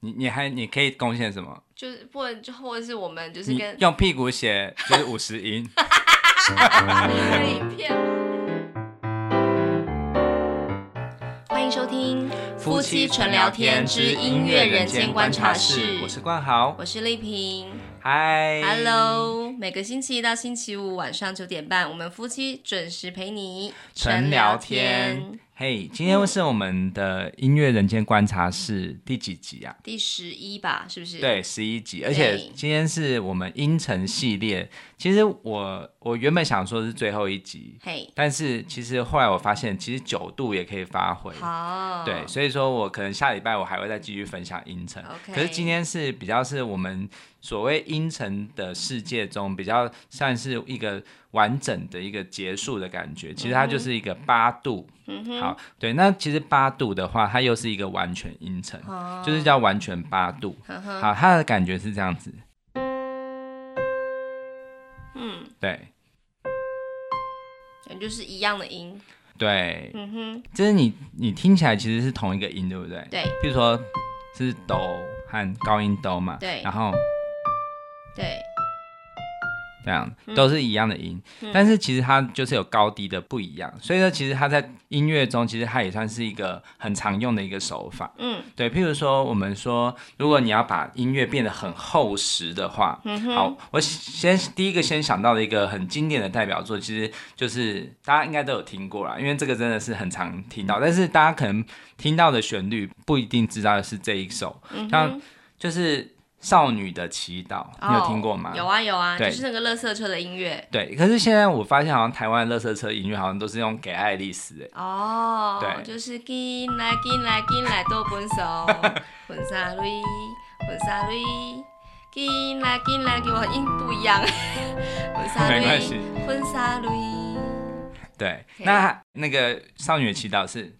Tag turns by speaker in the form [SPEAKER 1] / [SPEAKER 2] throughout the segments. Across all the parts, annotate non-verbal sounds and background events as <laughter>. [SPEAKER 1] 你你还你可以贡献什么？
[SPEAKER 2] 就是不能就或者是我们就是
[SPEAKER 1] 你
[SPEAKER 2] 跟
[SPEAKER 1] 用屁股写就是五十音。
[SPEAKER 2] 可以骗我。 <laughs> 欢迎收听《
[SPEAKER 1] <laughs> 我是冠豪
[SPEAKER 2] 我，是丽萍。
[SPEAKER 1] 嗨
[SPEAKER 2] Hello，每个星期一到星期五晚上九点半，我们夫妻准时陪你
[SPEAKER 1] 纯聊天。。嘿、今天是我们的音乐人间观察室第几集啊？
[SPEAKER 2] 第十一吧，是不是？，
[SPEAKER 1] 对，十一集，而且
[SPEAKER 2] 对
[SPEAKER 1] 今天是我们音程系列。其实我我原本想说是最后一集，
[SPEAKER 2] 嘿、
[SPEAKER 1] 但是其实后来我发现，其实九度也可以发挥。
[SPEAKER 2] 好，
[SPEAKER 1] 对，所以说我可能下礼拜我还会再继续分享音程。
[SPEAKER 2] OK
[SPEAKER 1] 可是今天是比较是我们所谓音程的世界中比较算是一个完整的一个结束的感觉。其实它就是一个八度。
[SPEAKER 2] 嗯哼，
[SPEAKER 1] 好，对，那其实八度的话，它又是一个完全音程，
[SPEAKER 2] 哦嗯
[SPEAKER 1] 就是叫完全八度。
[SPEAKER 2] 呵呵，
[SPEAKER 1] 好，它的感觉是这样子。
[SPEAKER 2] 嗯，
[SPEAKER 1] 对
[SPEAKER 2] 就是一样的音，
[SPEAKER 1] 对，
[SPEAKER 2] 嗯哼，
[SPEAKER 1] 就是你你听起来其实是同一个音，对不对？
[SPEAKER 2] 对
[SPEAKER 1] 譬如说是哆和高音哆嘛，
[SPEAKER 2] 对
[SPEAKER 1] 然后
[SPEAKER 2] 对，
[SPEAKER 1] 这样
[SPEAKER 2] 嗯
[SPEAKER 1] 都是一样的音，但是其实它就是有高低的不一样，所以说其实它在音乐中其实它也算是一个很常用的一个手法。
[SPEAKER 2] 嗯，
[SPEAKER 1] 对，譬如说我们说，如果你要把音乐变得很厚实的话，
[SPEAKER 2] 嗯哼
[SPEAKER 1] 好，我先第一个先想到的一个很经典的代表作，其实就是大家应该都有听过啦，因为这个真的是很常听到，但是大家可能听到的旋律不一定知道的是这一首，
[SPEAKER 2] 嗯
[SPEAKER 1] 像
[SPEAKER 2] 哼，
[SPEAKER 1] 就是《少女的祈祷》，你有听过吗？
[SPEAKER 2] 哦有啊有啊，
[SPEAKER 1] 对
[SPEAKER 2] 就是那个乐色车的音乐
[SPEAKER 1] 对，可是现在我发现好像台湾的垃圾车音乐好像都是用给爱丽丝哎，
[SPEAKER 2] 哦，
[SPEAKER 1] 对
[SPEAKER 2] 就是进来进来进来多分
[SPEAKER 1] <laughs>
[SPEAKER 2] 手，分啥类分啥类，进来进来给我音不一
[SPEAKER 1] <laughs>
[SPEAKER 2] 样，分啥
[SPEAKER 1] 没关
[SPEAKER 2] 类
[SPEAKER 1] 系
[SPEAKER 2] 分啥类，
[SPEAKER 1] 对，
[SPEAKER 2] 对
[SPEAKER 1] 那那个少女的祈祷是，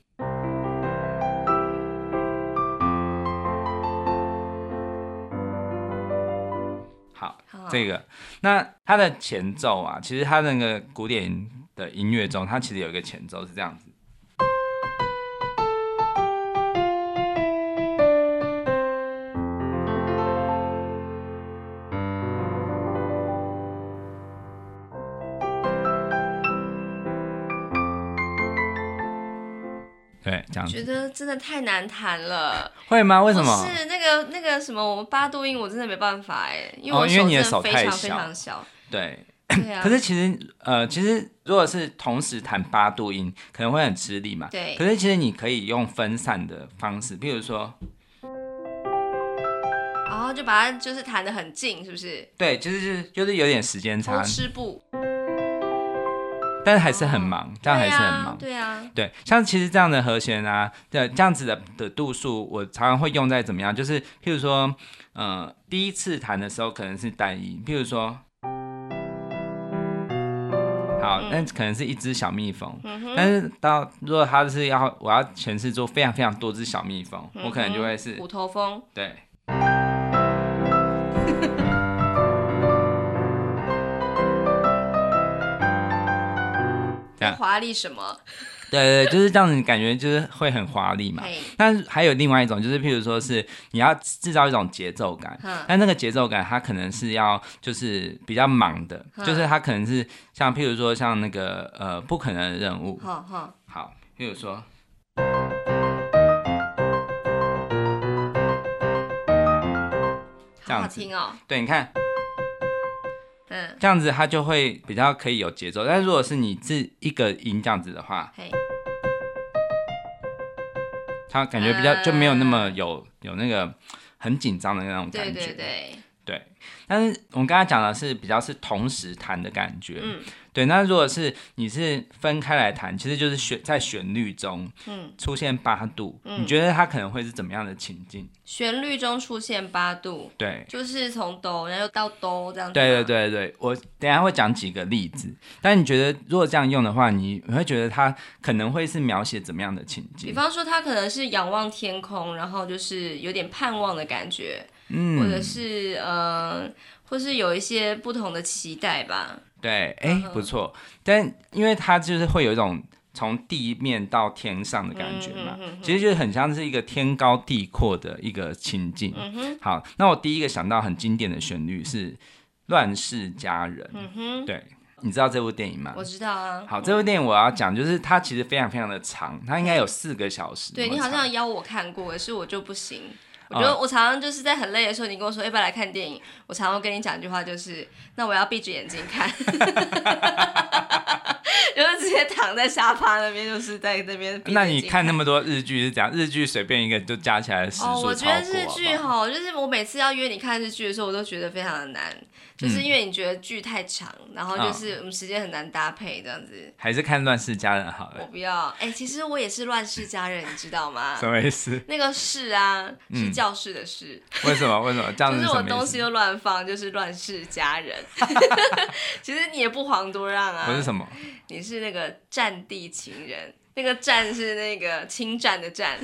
[SPEAKER 1] 好，
[SPEAKER 2] 好
[SPEAKER 1] 这个，那它的前奏啊，其实它那个古典的音乐中，它其实有一个前奏是这样子。对，这样
[SPEAKER 2] 觉
[SPEAKER 1] 子
[SPEAKER 2] 得真的太难弹了。哦
[SPEAKER 1] 会吗？为什么？
[SPEAKER 2] 不是那个那个什么，我八度音我真的没办法哎，因为
[SPEAKER 1] 哦
[SPEAKER 2] 我
[SPEAKER 1] 因为你的
[SPEAKER 2] 手
[SPEAKER 1] 手
[SPEAKER 2] 真
[SPEAKER 1] 太
[SPEAKER 2] 的非常
[SPEAKER 1] 小
[SPEAKER 2] 非常小。
[SPEAKER 1] 对，
[SPEAKER 2] 对啊，
[SPEAKER 1] 可是其实呃，其实如果是同时弹八度音，可能会很吃力嘛。
[SPEAKER 2] 对
[SPEAKER 1] 可是其实你可以用分散的方式，比如说，
[SPEAKER 2] 然哦后就把它就是弹的很近，是不是？
[SPEAKER 1] 对，其实就是就是有点时间
[SPEAKER 2] 偷
[SPEAKER 1] 差，
[SPEAKER 2] 吃不？
[SPEAKER 1] 但是还是很忙，这样还是很忙。
[SPEAKER 2] 对啊，
[SPEAKER 1] 对，像其实这样的和弦啊，对，这样子的的度数，我常常会用在怎么样？就是譬如说，呃，第一次弹的时候可能是单一，譬如说，好，
[SPEAKER 2] 嗯
[SPEAKER 1] 那可能是一只小蜜蜂，但是到如果它是要我要诠释出非常非常多只小蜜蜂，
[SPEAKER 2] 嗯
[SPEAKER 1] 我可能就会是
[SPEAKER 2] 虎头蜂。
[SPEAKER 1] 对。这样
[SPEAKER 2] 华丽什么？
[SPEAKER 1] 对对，对就是这样子，感觉就是会很华丽
[SPEAKER 2] <laughs>
[SPEAKER 1] 嘛。
[SPEAKER 2] 嘿，
[SPEAKER 1] 但还有另外一种，就是譬如说是你要制造一种节奏感，
[SPEAKER 2] 哼，
[SPEAKER 1] 但那个节奏感它可能是要就是比较忙的，
[SPEAKER 2] 嗯
[SPEAKER 1] 就是它可能是像譬如说像那个呃不可能的任务，
[SPEAKER 2] 好好，
[SPEAKER 1] 好，譬如说。这
[SPEAKER 2] 好好
[SPEAKER 1] 样子
[SPEAKER 2] 听哦。
[SPEAKER 1] 对，你看
[SPEAKER 2] 嗯，
[SPEAKER 1] 这样子，它就会比较可以有节奏。但如果是你自一个音这样子的话，
[SPEAKER 2] 嘿，
[SPEAKER 1] 它感觉比
[SPEAKER 2] 啊
[SPEAKER 1] 较就没有那么有有那个很紧张的那种
[SPEAKER 2] 对
[SPEAKER 1] 感觉。
[SPEAKER 2] 对对，
[SPEAKER 1] 对，但是我们刚才讲的是比较是同时弹的感觉，
[SPEAKER 2] 嗯
[SPEAKER 1] 对。那如果是你是分开来弹，其实就是旋在旋律中
[SPEAKER 2] 嗯，
[SPEAKER 1] 出现八度，
[SPEAKER 2] 嗯
[SPEAKER 1] 你觉得它可能会是怎么样的情境？
[SPEAKER 2] 旋律中出现八度，
[SPEAKER 1] 对，
[SPEAKER 2] 就是从哆，然后到哆这样子。
[SPEAKER 1] 对对。对对，我等一下会讲几个例子。但你觉得如果这样用的话，你你会觉得它可能会是描写怎么样的情
[SPEAKER 2] 比
[SPEAKER 1] 境？
[SPEAKER 2] 方说，他可能是仰望天空，然后就是有点盼望的感觉，
[SPEAKER 1] 嗯，
[SPEAKER 2] 或者是呃，或是有一些不同的期待吧。嗯
[SPEAKER 1] 对，哎、不错。但因为它就是会有一种从地面到天上的感觉嘛，
[SPEAKER 2] 嗯嗯嗯嗯
[SPEAKER 1] 其实就是很像是一个天高地阔的一个情境。
[SPEAKER 2] 嗯哼，
[SPEAKER 1] 好，那我第一个想到很经典的旋律是《乱世佳人》，
[SPEAKER 2] 嗯哼，
[SPEAKER 1] 对，你知道这部电影吗？
[SPEAKER 2] 我知道啊。
[SPEAKER 1] 好，这部电影我要讲，就是它其实非常非常的长，它应该有四个小时。
[SPEAKER 2] 对
[SPEAKER 1] 那么啊
[SPEAKER 2] 你好
[SPEAKER 1] 长
[SPEAKER 2] 像邀我看过，可是我就不行。我觉得我常常就是在很累的时候，你跟我说要不要来看电影，我常常跟你讲一句话，就是那我要闭着眼睛看， <laughs> 就是直接躺在沙发那边，就是在那边闭着眼睛。
[SPEAKER 1] 那你看那么多日剧是怎样？日剧随便一个就加起来时
[SPEAKER 2] 哦，
[SPEAKER 1] 数
[SPEAKER 2] 我觉
[SPEAKER 1] 超
[SPEAKER 2] 得
[SPEAKER 1] 过
[SPEAKER 2] 日
[SPEAKER 1] 好不
[SPEAKER 2] 剧
[SPEAKER 1] 好。
[SPEAKER 2] 哈，就是我每次要约你看日剧的时候，我都觉得非常的难，就是
[SPEAKER 1] 嗯
[SPEAKER 2] 因为你觉得剧太长，然
[SPEAKER 1] 啊
[SPEAKER 2] 后就是我们时间很难搭配这样子。
[SPEAKER 1] 还是看《乱世佳人》好
[SPEAKER 2] 我
[SPEAKER 1] 了，
[SPEAKER 2] 不要，哎、其实我也是乱世佳人，你知道吗
[SPEAKER 1] 什？么意思？
[SPEAKER 2] 那个世啊，是
[SPEAKER 1] 嗯
[SPEAKER 2] 教室的室。
[SPEAKER 1] 为什么？为什么这样
[SPEAKER 2] 就
[SPEAKER 1] 子
[SPEAKER 2] 是
[SPEAKER 1] 什
[SPEAKER 2] 我
[SPEAKER 1] 么意思？
[SPEAKER 2] 东西都乱放，就是乱世
[SPEAKER 1] <laughs>
[SPEAKER 2] 佳人。其实你也不遑多让啊。
[SPEAKER 1] 我是什么？
[SPEAKER 2] 你是那个战地情人，那个战是那个侵占
[SPEAKER 1] <laughs>
[SPEAKER 2] 的战，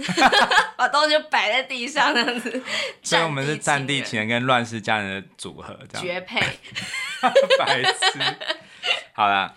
[SPEAKER 2] 把东西摆在地上那样子。
[SPEAKER 1] 所以我们是战
[SPEAKER 2] 战
[SPEAKER 1] 地
[SPEAKER 2] 人
[SPEAKER 1] 情人跟乱世佳人的组合，这样。
[SPEAKER 2] 绝配。
[SPEAKER 1] <laughs> 白痴。好啦，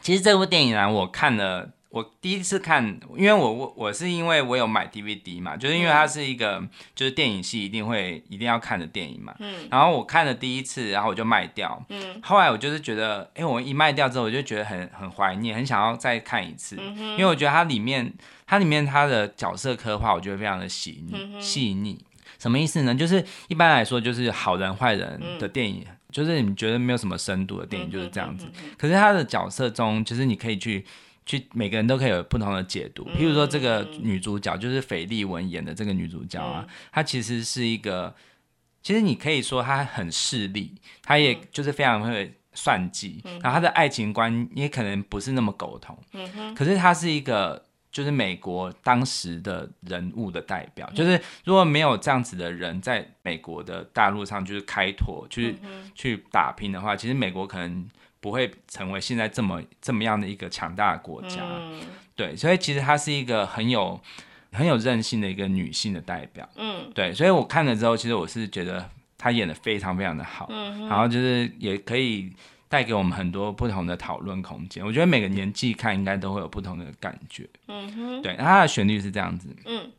[SPEAKER 1] 其实这部电影呢、我看了，我第一次看，因为我我我是因为我有买 DVD 嘛，就是因为它
[SPEAKER 2] 嗯
[SPEAKER 1] 是一个、就是电影系一定会一定要看的电影嘛。
[SPEAKER 2] 嗯
[SPEAKER 1] 然后我看了第一次，然后我就卖掉。
[SPEAKER 2] 嗯
[SPEAKER 1] 后来我就是觉得，哎、我一卖掉之后，我就觉得很很怀念，很想要再看一次，
[SPEAKER 2] 嗯
[SPEAKER 1] 因
[SPEAKER 2] 哼
[SPEAKER 1] 为我觉得它里面它里面它的角色刻画，我觉得非常的细腻
[SPEAKER 2] 嗯哼
[SPEAKER 1] 细腻。什么意思呢？就是一般来说，就是好人坏人
[SPEAKER 2] 嗯
[SPEAKER 1] 的电影，就是你觉得没有什么深度的 <laughs> 电影就是这样子。
[SPEAKER 2] 嗯
[SPEAKER 1] 可是他的角色中，就是你可以去去每个人都可以有不同的解读。譬如说，这个
[SPEAKER 2] 嗯
[SPEAKER 1] 女主角就是斐丽文演的这个女主角啊，她其实是一个，其实你可以说她很势利，她也
[SPEAKER 2] 嗯
[SPEAKER 1] 就是非常会算计，然后她的爱情观也可能不是那么苟同。
[SPEAKER 2] 嗯哼
[SPEAKER 1] 可是她是一个。就是美国当时的人物的代
[SPEAKER 2] 嗯
[SPEAKER 1] 表，就是如果没有这样子的人在美国的大陆上就是开拓，去
[SPEAKER 2] 嗯哼
[SPEAKER 1] 去打拼的话，其实美国可能不会成为现在这么这么样的一个强大的国家。
[SPEAKER 2] 嗯
[SPEAKER 1] 对，所以其实她是一个很有很有韧性的一个女性的代表。
[SPEAKER 2] 嗯
[SPEAKER 1] 对，所以我看了之后，其实我是觉得她演的非常非常的好，
[SPEAKER 2] 嗯
[SPEAKER 1] 然后就是也可以带给我们很多不同的讨论空间。我觉得每个年纪看应该都会有不同的感觉。
[SPEAKER 2] 嗯哼
[SPEAKER 1] 对，那它的旋律是这样子。
[SPEAKER 2] 嗯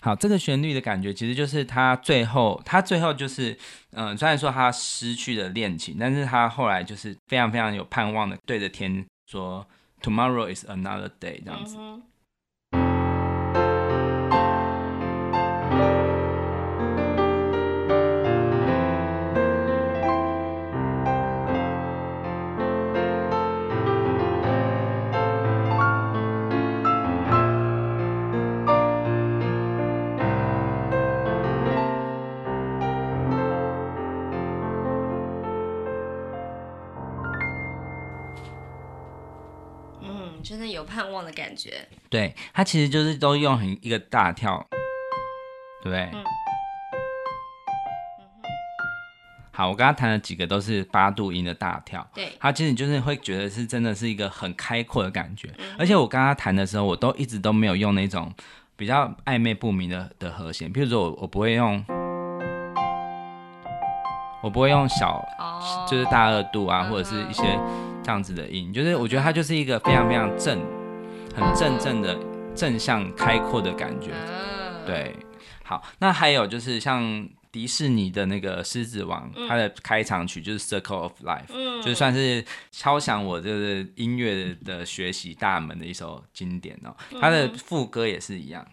[SPEAKER 1] 好，这个旋律的感觉其实就是他最后，他最后就是，嗯、虽然说他失去了恋情，但是他后来就是非常非常有盼望的对着天说，Tomorrow is another day 这样
[SPEAKER 2] 嗯
[SPEAKER 1] 子。
[SPEAKER 2] 哼嗯，真的有盼望的感觉。
[SPEAKER 1] 对，他其实就是都用很一个大跳，对不对？
[SPEAKER 2] 嗯嗯哼
[SPEAKER 1] 好，我刚刚弹了几个都是八度音的大跳，
[SPEAKER 2] 对，
[SPEAKER 1] 它其实就是会觉得是真的是一个很开阔的感
[SPEAKER 2] 嗯
[SPEAKER 1] 觉，而且我刚刚弹的时候，我都一直都没有用那种比较暧昧不明的的和弦，譬如说我我不会用，我不会用小
[SPEAKER 2] 哦，
[SPEAKER 1] 就是大二度啊，
[SPEAKER 2] 嗯
[SPEAKER 1] 或者是一些这样子的音，就是我觉得它就是一个非常非常正、很正正的正向开阔的感觉，
[SPEAKER 2] 嗯，
[SPEAKER 1] 对，好，那还有就是像迪士尼的那个《狮子王》，它的开场曲就是《Circle of Life》，
[SPEAKER 2] 嗯
[SPEAKER 1] 就算是敲响我这个音乐的学习大门的一首经典哦。它的副歌也是一样。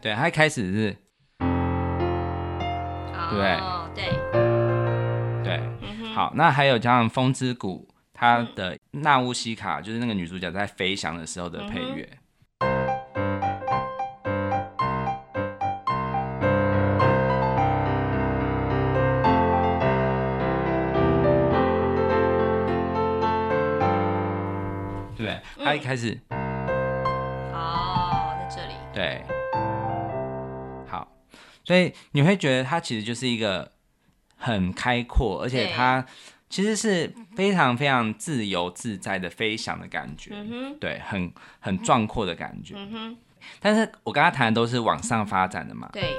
[SPEAKER 1] 对，它一开始是
[SPEAKER 2] 哦对，
[SPEAKER 1] 对，
[SPEAKER 2] 嗯哼，嗯
[SPEAKER 1] 好，那还有加上《风之谷》它的纳乌西卡，就是那个女主角在飞翔的时候的配乐。
[SPEAKER 2] 嗯
[SPEAKER 1] 对不对，
[SPEAKER 2] 嗯
[SPEAKER 1] 她一开始、
[SPEAKER 2] 哦，在这里，
[SPEAKER 1] 对，好，所以你会觉得它其实就是一个很开阔，而且
[SPEAKER 2] 对
[SPEAKER 1] 它其实是非常非常自由自在的飞翔的感觉，
[SPEAKER 2] 嗯哼，
[SPEAKER 1] 对，很很壮阔的感觉。
[SPEAKER 2] 嗯哼，
[SPEAKER 1] 但是我刚刚谈的都是往上发展的嘛，
[SPEAKER 2] 对，
[SPEAKER 1] 对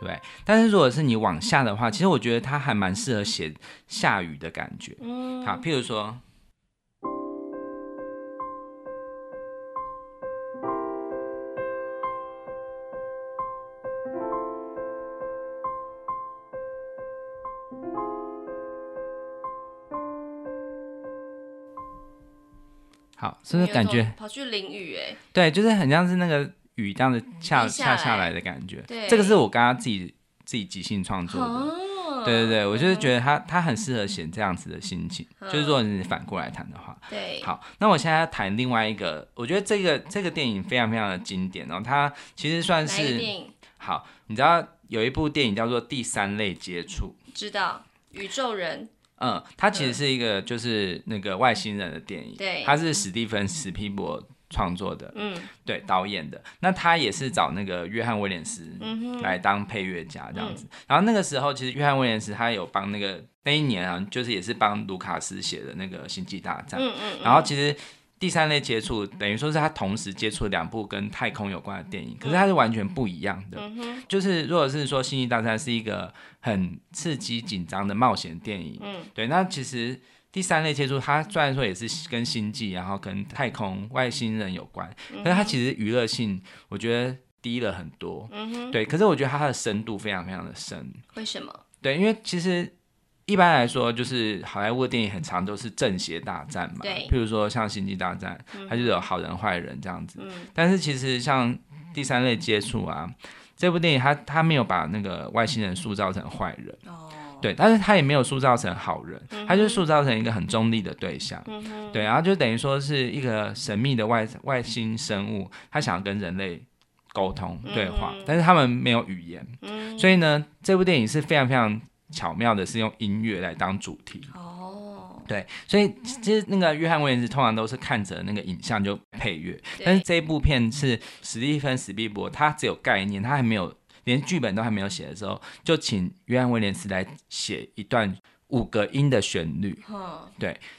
[SPEAKER 1] 不对？但是如果是你往下的话，其实我觉得它还蛮适合写下雨的感觉。
[SPEAKER 2] 嗯，
[SPEAKER 1] 好，譬如说，好，是不
[SPEAKER 2] 有
[SPEAKER 1] 是感觉
[SPEAKER 2] 种跑去淋雨哎、
[SPEAKER 1] 对，就是很像是那个雨这样子下
[SPEAKER 2] 嗯滴
[SPEAKER 1] 下
[SPEAKER 2] 下来
[SPEAKER 1] 下来的感觉。
[SPEAKER 2] 对
[SPEAKER 1] 这个是我刚刚自己自己即兴创作的。
[SPEAKER 2] 哦，
[SPEAKER 1] 对对对，我就是觉得它它很适合写这样子的心情，
[SPEAKER 2] 嗯
[SPEAKER 1] 就是如果你反过来谈的话。
[SPEAKER 2] 对，
[SPEAKER 1] 好，那我现在要谈另外一个，我觉得这个这个电影非常非常的经典哦，它其实算
[SPEAKER 2] 哪一个电
[SPEAKER 1] 是
[SPEAKER 2] 影
[SPEAKER 1] 好，你知道有一部电影叫做《第三类接触》，
[SPEAKER 2] 知道？宇宙人
[SPEAKER 1] 嗯，它其实是一个就是那个外星人的电影，
[SPEAKER 2] 对
[SPEAKER 1] 它是史蒂芬史皮博创作的，
[SPEAKER 2] 嗯
[SPEAKER 1] 对，导演的。那他也是找那个约翰威廉斯
[SPEAKER 2] 嗯哼
[SPEAKER 1] 来当配乐家这样子。然后那个时候，其实约翰威廉斯他有帮那个那一年啊，就是也是帮卢卡斯写的那个《星际大战》
[SPEAKER 2] 嗯嗯，
[SPEAKER 1] 然后其实第三类接触等于说是他同时接触了两部跟太空有关的电影，可是它是完全不一样的。
[SPEAKER 2] 嗯哼
[SPEAKER 1] 就是如果是说《星际大战》是一个很刺激紧张的冒险电影，
[SPEAKER 2] 嗯，
[SPEAKER 1] 对，那其实。第三类接触，它虽然说也是跟星际，然后跟太空外星人有关，
[SPEAKER 2] 嗯
[SPEAKER 1] 可是它
[SPEAKER 2] 哼
[SPEAKER 1] 其实娱乐性我觉得低了很多，
[SPEAKER 2] 嗯 <laughs> 哼，
[SPEAKER 1] 对。可是我觉得它的深度非常非常的深，
[SPEAKER 2] 为什么？
[SPEAKER 1] 对，因为其实一般来说，就是好莱坞的电影很长都是正邪大战嘛，
[SPEAKER 2] 对
[SPEAKER 1] 譬如说像《星际大战》，
[SPEAKER 2] 嗯
[SPEAKER 1] 它就有好人坏人这样子。
[SPEAKER 2] 嗯
[SPEAKER 1] 但是其实像第三类接触啊，这部电影它它没有把那个外星人塑造成坏人，
[SPEAKER 2] 哦，
[SPEAKER 1] 对，但是它也没有塑造成好人，它就
[SPEAKER 2] 嗯哼
[SPEAKER 1] 塑造成一个很中立的对象。
[SPEAKER 2] 嗯哼，
[SPEAKER 1] 对，然后就等于说是一个神秘的外外星生物，他想跟人类沟通对话，
[SPEAKER 2] 嗯
[SPEAKER 1] 但是他们没有语言，
[SPEAKER 2] 嗯，
[SPEAKER 1] 所以呢，这部电影是非常非常巧妙的，是用音乐来当主题。
[SPEAKER 2] 哦，
[SPEAKER 1] 对，所以其实那个约翰威廉斯通常都是看着那个影像就配乐，但是
[SPEAKER 2] 对，
[SPEAKER 1] 这部片是史蒂芬史蒂博，他只有概念，他还没有连剧本都还没有写的时候，就请约翰威廉斯来写一段五个音的旋律。
[SPEAKER 2] 哼，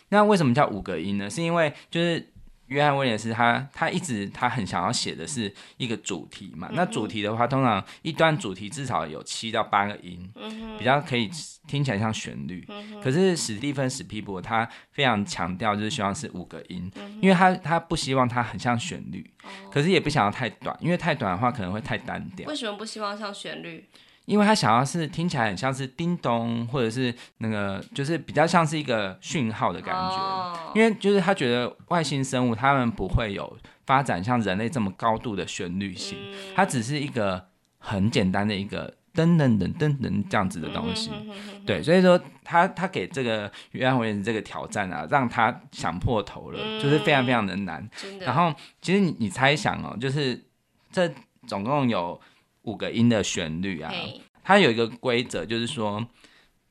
[SPEAKER 1] 那为什么叫五个音呢？是因为就是约翰威廉斯他他一直他很想要写的是一个主题
[SPEAKER 2] 嗯
[SPEAKER 1] 嘛。那主题的话，通常一段主题至少有七到八个音，
[SPEAKER 2] 嗯哼，
[SPEAKER 1] 比较可以听起来像旋律。
[SPEAKER 2] 嗯
[SPEAKER 1] 可是史蒂芬史皮伯他非常强调就是希望是五个音，因为他他不希望它很像旋律，
[SPEAKER 2] 哦
[SPEAKER 1] 可是也不想要太短，因为太短的话可能会太单调。
[SPEAKER 2] 为什么不希望上旋律？
[SPEAKER 1] 因为他想要是听起来很像是叮咚，或者是那个就是比较像是一个讯号的感觉。
[SPEAKER 2] 哦
[SPEAKER 1] 因为就是他觉得外星生物他们不会有发展像人类这么高度的旋律性，
[SPEAKER 2] 嗯
[SPEAKER 1] 它只是一个很简单的一个噔噔噔噔噔这样子的东西。
[SPEAKER 2] 嗯哼哼哼哼
[SPEAKER 1] 对，所以说他他给这个约翰维廉斯这个挑战啊，让他想破头了，
[SPEAKER 2] 嗯
[SPEAKER 1] 就是非常非常的难。
[SPEAKER 2] 真的，
[SPEAKER 1] 然后其实你你猜想哦，就是这总共有五个音的旋律啊，
[SPEAKER 2] 嘿，
[SPEAKER 1] 它有一个规则，就是说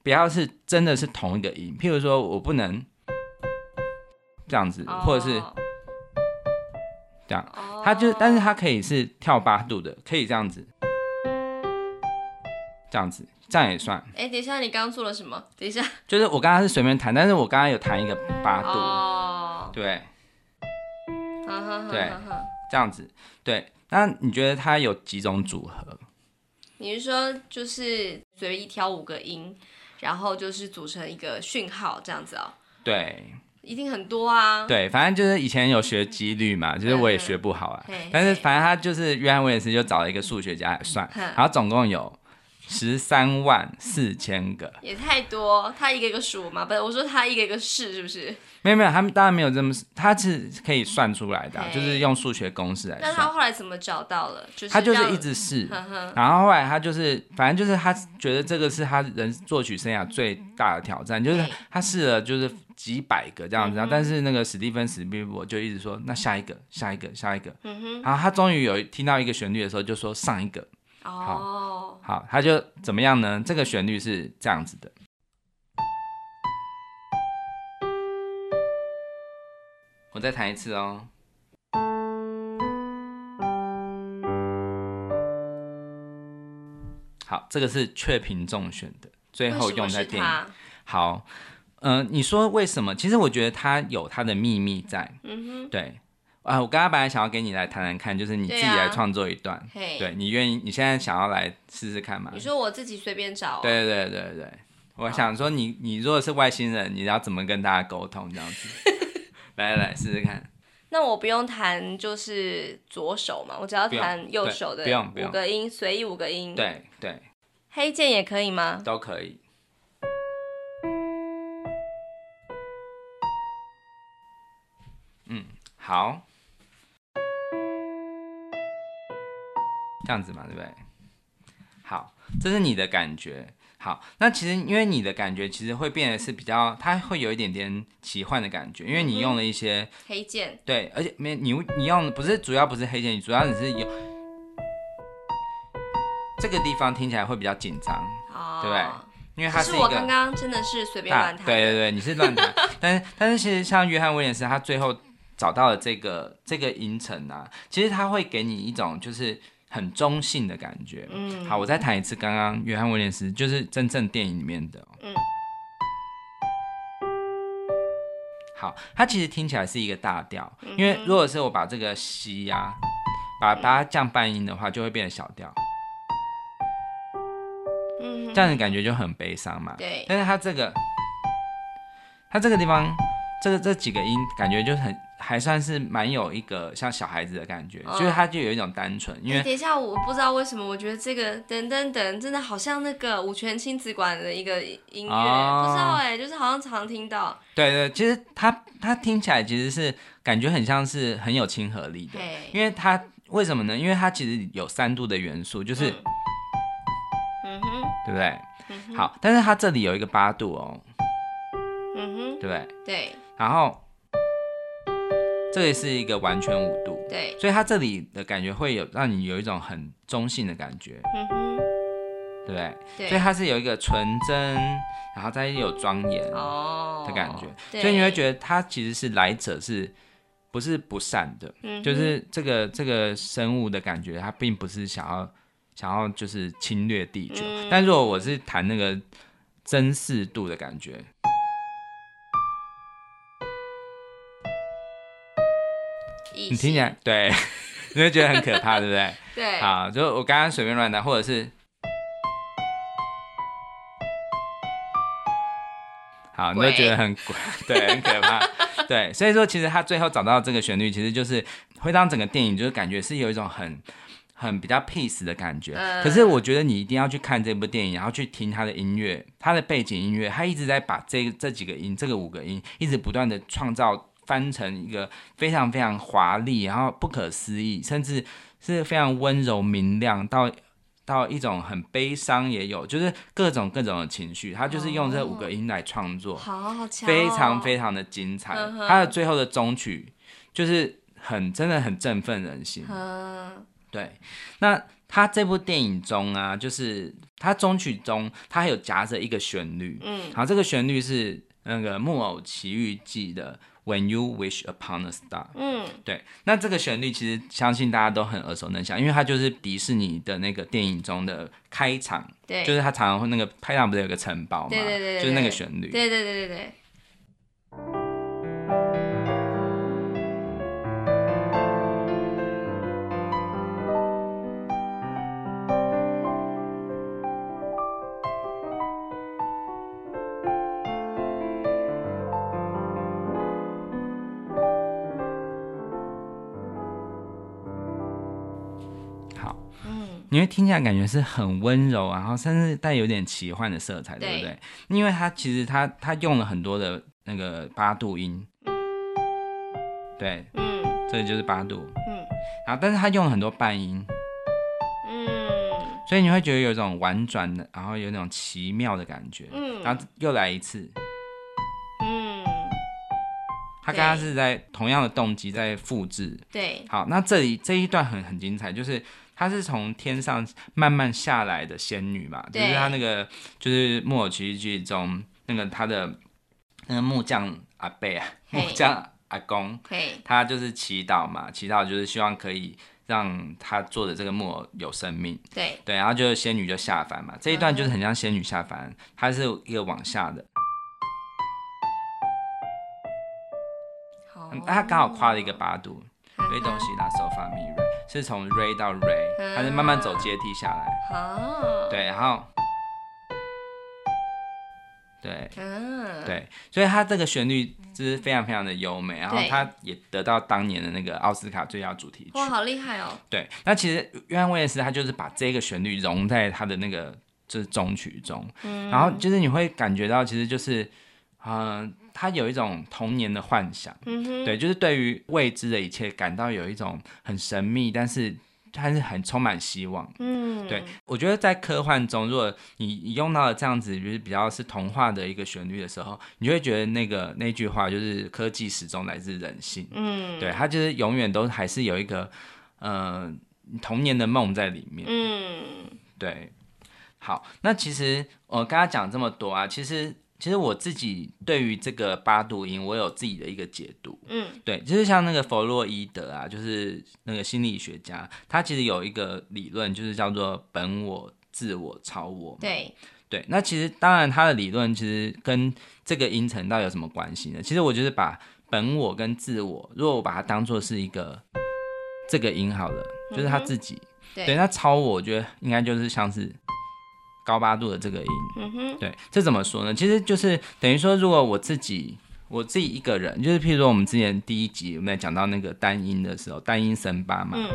[SPEAKER 1] 不要是真的是同一个音，譬如说我不能这样子，或者是
[SPEAKER 2] 哦
[SPEAKER 1] 这样，
[SPEAKER 2] 哦
[SPEAKER 1] 它就但是它可以是跳八度的，可以这样子，这样子，这样也算。
[SPEAKER 2] 哎、等一下，你刚刚做了什么？等一下，
[SPEAKER 1] 就是我刚刚是随便弹，但是我刚刚有弹一个八度，
[SPEAKER 2] 哦，
[SPEAKER 1] 对，
[SPEAKER 2] 哈哈哈
[SPEAKER 1] 对
[SPEAKER 2] 哈哈
[SPEAKER 1] 这样子，对。那你觉得它有几种组合？
[SPEAKER 2] 你是说就是随意挑五个音，然后就是组成一个讯号这样子哦？
[SPEAKER 1] 对
[SPEAKER 2] 一定很多啊。，
[SPEAKER 1] 对，反正就是以前有学几率嘛，就是我也
[SPEAKER 2] 嗯
[SPEAKER 1] 学不好啊
[SPEAKER 2] 嘿嘿。
[SPEAKER 1] 但是反正他就是约翰威廉斯就找了一个数学家来算，
[SPEAKER 2] 嗯
[SPEAKER 1] 然后总共有十三万四千个。
[SPEAKER 2] 也太多，他一个一个数嘛，不是，我说他一个一个试，是不是？
[SPEAKER 1] 没有没有，他们当然没有这么，他是可以算出来的啊、
[SPEAKER 2] 嘿
[SPEAKER 1] 就是用数学公式来
[SPEAKER 2] 那他嗯
[SPEAKER 1] 算。
[SPEAKER 2] 后来怎么找到了？就是
[SPEAKER 1] 啊他就是
[SPEAKER 2] 让
[SPEAKER 1] 一，直试，
[SPEAKER 2] 呵呵，
[SPEAKER 1] 然后后来他就是，反正就是他觉得这个是他人作曲生涯最大的挑战，就是
[SPEAKER 2] 对
[SPEAKER 1] 他试了就是几百个这样子，
[SPEAKER 2] 嗯哼
[SPEAKER 1] 但是那个史蒂芬史蒂博就一直说那下一个下一个下一个，
[SPEAKER 2] 嗯哼，
[SPEAKER 1] 然后他终于有听到一个旋律的时候就说上一个，
[SPEAKER 2] 哦，
[SPEAKER 1] 好，他就怎么样呢？这个旋律是这样子的，我再弹一次哦。好，这个是雀屏中选的，最后
[SPEAKER 2] 为什么
[SPEAKER 1] 用在
[SPEAKER 2] 是
[SPEAKER 1] 电影。
[SPEAKER 2] 他
[SPEAKER 1] 好，呃嗯、你说为什么？其实我觉得它有它的秘密在。
[SPEAKER 2] 嗯哼，
[SPEAKER 1] 对，啊，我刚刚本来想要跟你来谈谈看，就是你自己
[SPEAKER 2] 对啊
[SPEAKER 1] 来创作一段，
[SPEAKER 2] 嘿，
[SPEAKER 1] 对你愿意，你现在想要来试试看吗
[SPEAKER 2] 你？说我自己随便找、哦，
[SPEAKER 1] 对对对对对，我想说你你如果是外星人，你要怎么跟大家沟通这样子？来来试试看，
[SPEAKER 2] 那我不用弹就是左手嘛，我只要
[SPEAKER 1] 不用
[SPEAKER 2] 弹右手
[SPEAKER 1] 对
[SPEAKER 2] 的
[SPEAKER 1] 不用不用
[SPEAKER 2] 五个音，随意五个音。，
[SPEAKER 1] 对对，
[SPEAKER 2] 黑键也可以吗？
[SPEAKER 1] 都可以。嗯，好，这样子嘛，对不对？好，这是你的感觉。好，那其实因为你的感觉其实会变得是比较，它会有一点点奇幻的感觉，因为你用了一些、
[SPEAKER 2] 黑键，
[SPEAKER 1] 对，而且没你你用的不是主要不是黑键，你主要你是有这个地方听起来会比较紧张，
[SPEAKER 2] 哦，
[SPEAKER 1] 对不对因为它
[SPEAKER 2] 只
[SPEAKER 1] 一
[SPEAKER 2] 是
[SPEAKER 1] 个
[SPEAKER 2] 我刚刚真的是随便
[SPEAKER 1] 大
[SPEAKER 2] 乱弹。
[SPEAKER 1] 对对对，你是乱弹，但是但是其实像约翰威廉斯，他最后找到了这个这个音程啊，其实他会给你一种就是很中性的感觉。
[SPEAKER 2] 嗯，
[SPEAKER 1] 好，我再弹一次刚刚约翰威廉斯，就是真正电影里面的哦。
[SPEAKER 2] 嗯
[SPEAKER 1] 好，它其实听起来是一个大调，
[SPEAKER 2] 嗯哼
[SPEAKER 1] 因为如果是我把这个西呀、把把它降半音的话，就会变成小调，
[SPEAKER 2] 嗯哼，
[SPEAKER 1] 这样的感觉就很悲伤嘛。
[SPEAKER 2] 对，
[SPEAKER 1] 但是它这个，它这个地方，这个这几个音感觉就是很还算是蛮有一个像小孩子的感觉，
[SPEAKER 2] 嗯
[SPEAKER 1] 就是它就有一种单纯，因
[SPEAKER 2] 哎
[SPEAKER 1] 为
[SPEAKER 2] 等一下，我不知道为什么，我觉得这个等等等真的好像那个五泉亲子馆的一个音乐，
[SPEAKER 1] 哦
[SPEAKER 2] 不知道哎、就是好像常听到。
[SPEAKER 1] 对对，其实它它听起来其实是感觉很像是很有亲和力的，
[SPEAKER 2] 嘿，
[SPEAKER 1] 因为它为什么呢？因为它其实有三度的元素，就是、
[SPEAKER 2] 嗯嗯哼，
[SPEAKER 1] 对不对？
[SPEAKER 2] 嗯哼，
[SPEAKER 1] 好，但是它这里有一个八度哦，
[SPEAKER 2] 嗯哼，
[SPEAKER 1] 对不对？
[SPEAKER 2] 对
[SPEAKER 1] 然后这里是一个完全五度，
[SPEAKER 2] 对，
[SPEAKER 1] 所以它这里的感觉会有让你有一种很中性的感觉，
[SPEAKER 2] 嗯哼，
[SPEAKER 1] 对不对？所以
[SPEAKER 2] 对，
[SPEAKER 1] 它是有一个纯真，然后再有庄严的
[SPEAKER 2] 哦
[SPEAKER 1] 感觉，
[SPEAKER 2] 对
[SPEAKER 1] 所以你会觉得它其实是来者是不是不善的，
[SPEAKER 2] 嗯哼
[SPEAKER 1] 就是这个这个生物的感觉，它并不是想要想要就是侵略地球。
[SPEAKER 2] 嗯
[SPEAKER 1] 但如果我是谈那个真四度的感觉，
[SPEAKER 2] 异
[SPEAKER 1] 你听起
[SPEAKER 2] 性
[SPEAKER 1] 来对， <laughs> 你会觉得很可怕，对不对？
[SPEAKER 2] 对，
[SPEAKER 1] 好，就我刚刚随便乱弹，或者是，好，你就
[SPEAKER 2] 鬼
[SPEAKER 1] 觉得很鬼， <laughs> 对，很可怕，对，所以说其实他最后找到这个旋律，其实就是会让整个电影就是感觉是有一种很。很比较 peace 的感觉，
[SPEAKER 2] 嗯
[SPEAKER 1] 可是我觉得你一定要去看这部电影，然后去听他的音乐，他的背景音乐，他一直在把这这几个音，这个五个音，一直不断的创造翻成一个非常非常华丽，然后不可思议，甚至是非常温柔明亮到。到一种很悲伤也有，就是各种各种的情绪，他就是用这五个音来创作，
[SPEAKER 2] 哦好好强、哦，
[SPEAKER 1] 非常非常的精彩。
[SPEAKER 2] 嗯哼
[SPEAKER 1] 他的最后的终曲就是很真的很振奋人心。
[SPEAKER 2] 嗯
[SPEAKER 1] 对，那他这部电影中啊，就是他终曲中，他还有夹着一个旋律，
[SPEAKER 2] 嗯
[SPEAKER 1] 然后这个旋律是那个《木偶奇遇记》的《When You Wish Upon a Star》。
[SPEAKER 2] 嗯，
[SPEAKER 1] 对，那这个旋律其实相信大家都很耳熟能详，因为它就是迪士尼的那个电影中的开场，
[SPEAKER 2] 对，
[SPEAKER 1] 就是它常常会那个开场不是有个城堡嘛，
[SPEAKER 2] 对对对对
[SPEAKER 1] 就是那个旋律。
[SPEAKER 2] 对对对对对，
[SPEAKER 1] 好，
[SPEAKER 2] 嗯
[SPEAKER 1] 你会听起来感觉是很温柔，啊然后甚至带有点奇幻的色彩，对
[SPEAKER 2] 对
[SPEAKER 1] 不对？因为它其实它它用了很多的那个八度音，对，
[SPEAKER 2] 嗯
[SPEAKER 1] 这个就是八度，
[SPEAKER 2] 嗯
[SPEAKER 1] 然后但是它用了很多半音，
[SPEAKER 2] 嗯
[SPEAKER 1] 所以你会觉得有一种婉转的，然后有一种奇妙的感觉。
[SPEAKER 2] 嗯，
[SPEAKER 1] 然后又来一次，
[SPEAKER 2] 嗯
[SPEAKER 1] 他刚刚是在同样的动机在复制。
[SPEAKER 2] 对，
[SPEAKER 1] 好，那这里这一段很很精彩，就是她是从天上慢慢下来的仙女嘛，就
[SPEAKER 2] 对
[SPEAKER 1] 是她那个就是《木偶奇遇记》中那个她的那个木匠阿贝啊，
[SPEAKER 2] 嘿
[SPEAKER 1] 木匠阿公，
[SPEAKER 2] 可以，
[SPEAKER 1] 他就是祈祷嘛，祈祷就是希望可以让他做的这个木偶有生命。
[SPEAKER 2] 对，
[SPEAKER 1] 对，然后就是仙女就下凡嘛，这一段就是
[SPEAKER 2] 嗯
[SPEAKER 1] 很像仙女下凡，它是一个往下的，
[SPEAKER 2] 好
[SPEAKER 1] 嗯，她刚好跨了一个八度，
[SPEAKER 2] 哦，
[SPEAKER 1] 瑞哆西拉嗦发咪瑞，是从瑞到瑞，它是慢慢走阶梯下来。
[SPEAKER 2] 哦，，
[SPEAKER 1] 对，然后，对
[SPEAKER 2] 嗯，，
[SPEAKER 1] 对，所以它这个旋律就是非常非常的优美，然后
[SPEAKER 2] 对
[SPEAKER 1] 它也得到当年的那个奥斯卡最佳主题曲
[SPEAKER 2] 哇，。好厉害哦，
[SPEAKER 1] 对，那其实约翰威廉斯他就是把这个旋律融在他的那个就是中曲中，
[SPEAKER 2] 嗯，
[SPEAKER 1] 然后就是你会感觉到其实就是，嗯、他有一种童年的幻想，
[SPEAKER 2] 嗯哼，
[SPEAKER 1] 对，就是对于未知的一切感到有一种很神秘，但是但是很充满希望。
[SPEAKER 2] 嗯，
[SPEAKER 1] 对，我觉得在科幻中，如果你你用到了这样子，就是比较是童话的一个旋律的时候，你就会觉得那个那句话就是科技始终来自人性，
[SPEAKER 2] 嗯，
[SPEAKER 1] 对，，它就是永远都还是有一个呃童年的梦在里面。
[SPEAKER 2] 嗯，
[SPEAKER 1] 对，好，那其实我刚刚讲这么多啊，其实其实我自己对于这个八度音，我有自己的一个解读。
[SPEAKER 2] 嗯，
[SPEAKER 1] 对，就是像那个弗洛伊德啊，就是那个心理学家，他其实有一个理论，就是叫做本我、自我、超我嘛。
[SPEAKER 2] 对，
[SPEAKER 1] 对，那其实当然他的理论其实跟这个音程到底有什么关系呢？其实我就是把本我跟自我，如果我把它当做是一个这个音好了，就是他
[SPEAKER 2] 嗯哼
[SPEAKER 1] 自己。
[SPEAKER 2] 对
[SPEAKER 1] 对，那超我，我觉得应该就是像是高八度的这个音。
[SPEAKER 2] 嗯哼，
[SPEAKER 1] 对，这怎么说呢？其实就是等于说，如果我自己我自己一个人，就是譬如说我们之前第一集我们在讲到那个单音的时候，单音升八嘛。
[SPEAKER 2] 嗯，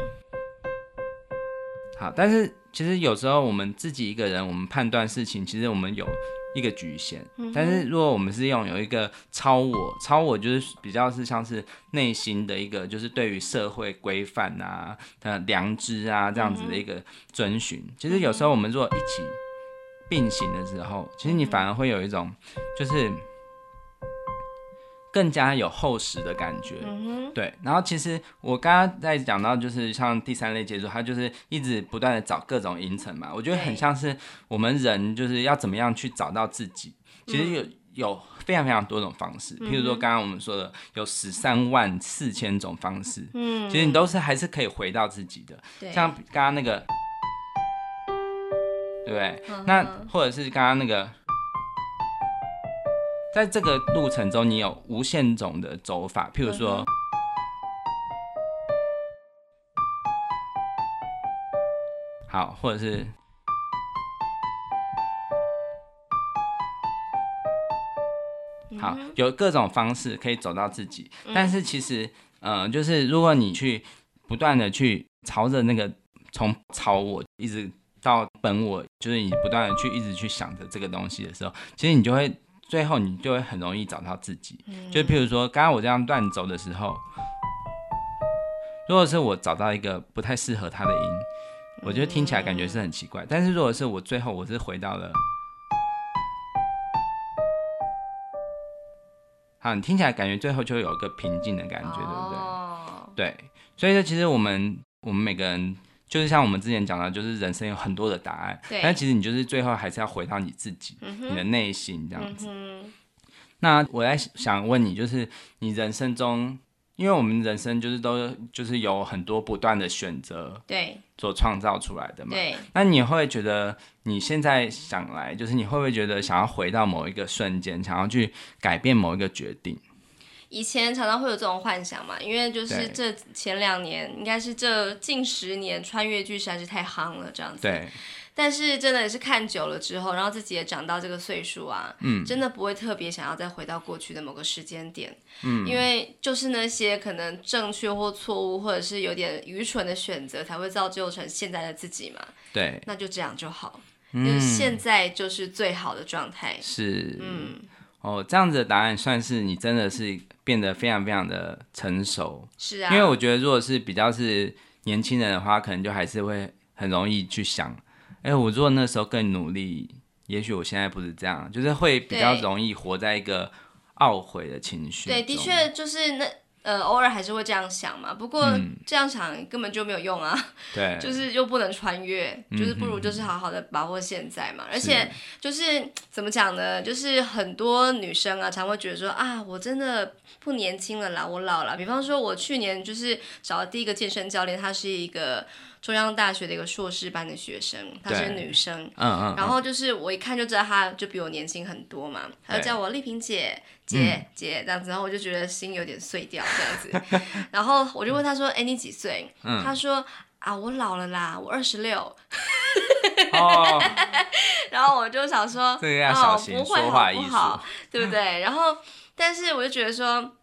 [SPEAKER 1] 好，但是其实有时候我们自己一个人，我们判断事情，其实我们有一个局限。但是如果我们是用有一个超我，超我就是比较是像是内心的一个，就是对于社会规范啊、呃良知啊这样子的一个遵循。其实有时候我们如果一起并行的时候，其实你反而会有一种就是更加有厚实的感觉。
[SPEAKER 2] 嗯哼，
[SPEAKER 1] 对，然后其实我刚刚在讲到，就是像第三类接触，它就是一直不断的找各种音程嘛。我觉得很
[SPEAKER 2] 对
[SPEAKER 1] 像是我们人就是要怎么样去找到自己，其
[SPEAKER 2] 嗯
[SPEAKER 1] 实有。有非常非常多种方式，譬如说刚刚我们说的有十三万四千种方式，
[SPEAKER 2] 嗯，
[SPEAKER 1] 其实你都是还是可以回到自己的。
[SPEAKER 2] 对，
[SPEAKER 1] 像刚刚那个，对不对？
[SPEAKER 2] 嗯哼
[SPEAKER 1] 那或者是刚刚那个，在这个路程中，你有无限种的走法，譬如说
[SPEAKER 2] 嗯哼，
[SPEAKER 1] 好，或者是。好
[SPEAKER 2] 嗯哼，
[SPEAKER 1] 有各种方式可以走到自己，
[SPEAKER 2] 嗯
[SPEAKER 1] 但是其实，呃，就是如果你去不断的去朝着那个从朝我一直到本我，就是你不断的去一直去想着这个东西的时候，其实你就会最后你就会很容易找到自己。
[SPEAKER 2] 嗯
[SPEAKER 1] 就譬如说，刚刚我这样乱走的时候，如果是我找到一个不太适合它的音，我觉得听起来感觉是很奇
[SPEAKER 2] 嗯
[SPEAKER 1] 怪。但是如果是我最后我是回到了。好，你听起来感觉最后就会有一个平静的感觉，对不对？
[SPEAKER 2] 嗯哦，
[SPEAKER 1] 对，所以说其实我们我们每个人，就是像我们之前讲的，就是人生有很多的答案，
[SPEAKER 2] 对
[SPEAKER 1] 但其实你就是最后还是要回到你自己，
[SPEAKER 2] 嗯
[SPEAKER 1] 你
[SPEAKER 2] 哼，
[SPEAKER 1] 的内心这样
[SPEAKER 2] 嗯
[SPEAKER 1] 子。
[SPEAKER 2] 哼，
[SPEAKER 1] 那我在想问你，就是你人生中，因为我们人生就是都就是有很多不断的选择
[SPEAKER 2] 对
[SPEAKER 1] 所创造出来的嘛。
[SPEAKER 2] 对，
[SPEAKER 1] 那你会觉得你现在想来，就是你会不会觉得想要回到某一个瞬间，想要去改变某一个决定？
[SPEAKER 2] 以前常常会有这种幻想嘛，因为就是这前两年，应该是这近十年穿越剧实在是太夯了，这样子。
[SPEAKER 1] 对，
[SPEAKER 2] 但是真的也是看久了之后，然后自己也长到这个岁数啊，嗯，真的不会特别想要再回到过去的某个时间点，嗯，因为就是那些可能正确或错误，或者是有点愚蠢的选择，才会造就成现在的自己嘛。
[SPEAKER 1] 对，
[SPEAKER 2] 那就这样就好，就是现在就是最好的状态。
[SPEAKER 1] 嗯是，
[SPEAKER 2] 嗯，
[SPEAKER 1] 哦，这样子的答案算是你真的是变得非常非常的成熟，
[SPEAKER 2] 是啊，
[SPEAKER 1] 因为我觉得如果是比较是年轻人的话，可能就还是会很容易去想，哎、我如果那时候更努力，也许我现在不是这样，就是会比较
[SPEAKER 2] 对
[SPEAKER 1] 容易活在一个懊悔的情绪。
[SPEAKER 2] 对，的，确就是那呃，偶尔还是会这样想嘛。不过这样想根本就没有用啊，
[SPEAKER 1] 嗯对，嗯
[SPEAKER 2] <laughs> 就是又不能穿越，就是不如就是好好的把握现在嘛。而且就是怎么讲呢？就是很多女生啊，常会觉得说啊，我真的不年轻了啦，我老了。比方说，我去年就是找的第一个健身教练，他是一个中央大学的一个硕士班的学生，她是
[SPEAKER 1] 对
[SPEAKER 2] 女生。
[SPEAKER 1] 嗯
[SPEAKER 2] <laughs>
[SPEAKER 1] 嗯，
[SPEAKER 2] 然后就是我一看就知道她就比我年轻很多嘛，她就
[SPEAKER 1] 对嗯
[SPEAKER 2] 叫我丽萍姐姐姐这样子，然后我就觉得心有点碎掉这样子。 <laughs> 然后我就问她说：“哎，你几岁？”
[SPEAKER 1] 嗯
[SPEAKER 2] 她说：“啊，我老了啦，我二十六。
[SPEAKER 1] 哦，”
[SPEAKER 2] 然后我就想说：“
[SPEAKER 1] 这个要小心
[SPEAKER 2] 哦、不会
[SPEAKER 1] 说
[SPEAKER 2] 好
[SPEAKER 1] 话
[SPEAKER 2] 不
[SPEAKER 1] 艺 <laughs>
[SPEAKER 2] 好
[SPEAKER 1] 术，
[SPEAKER 2] 对不对？然后，但是我就觉得说，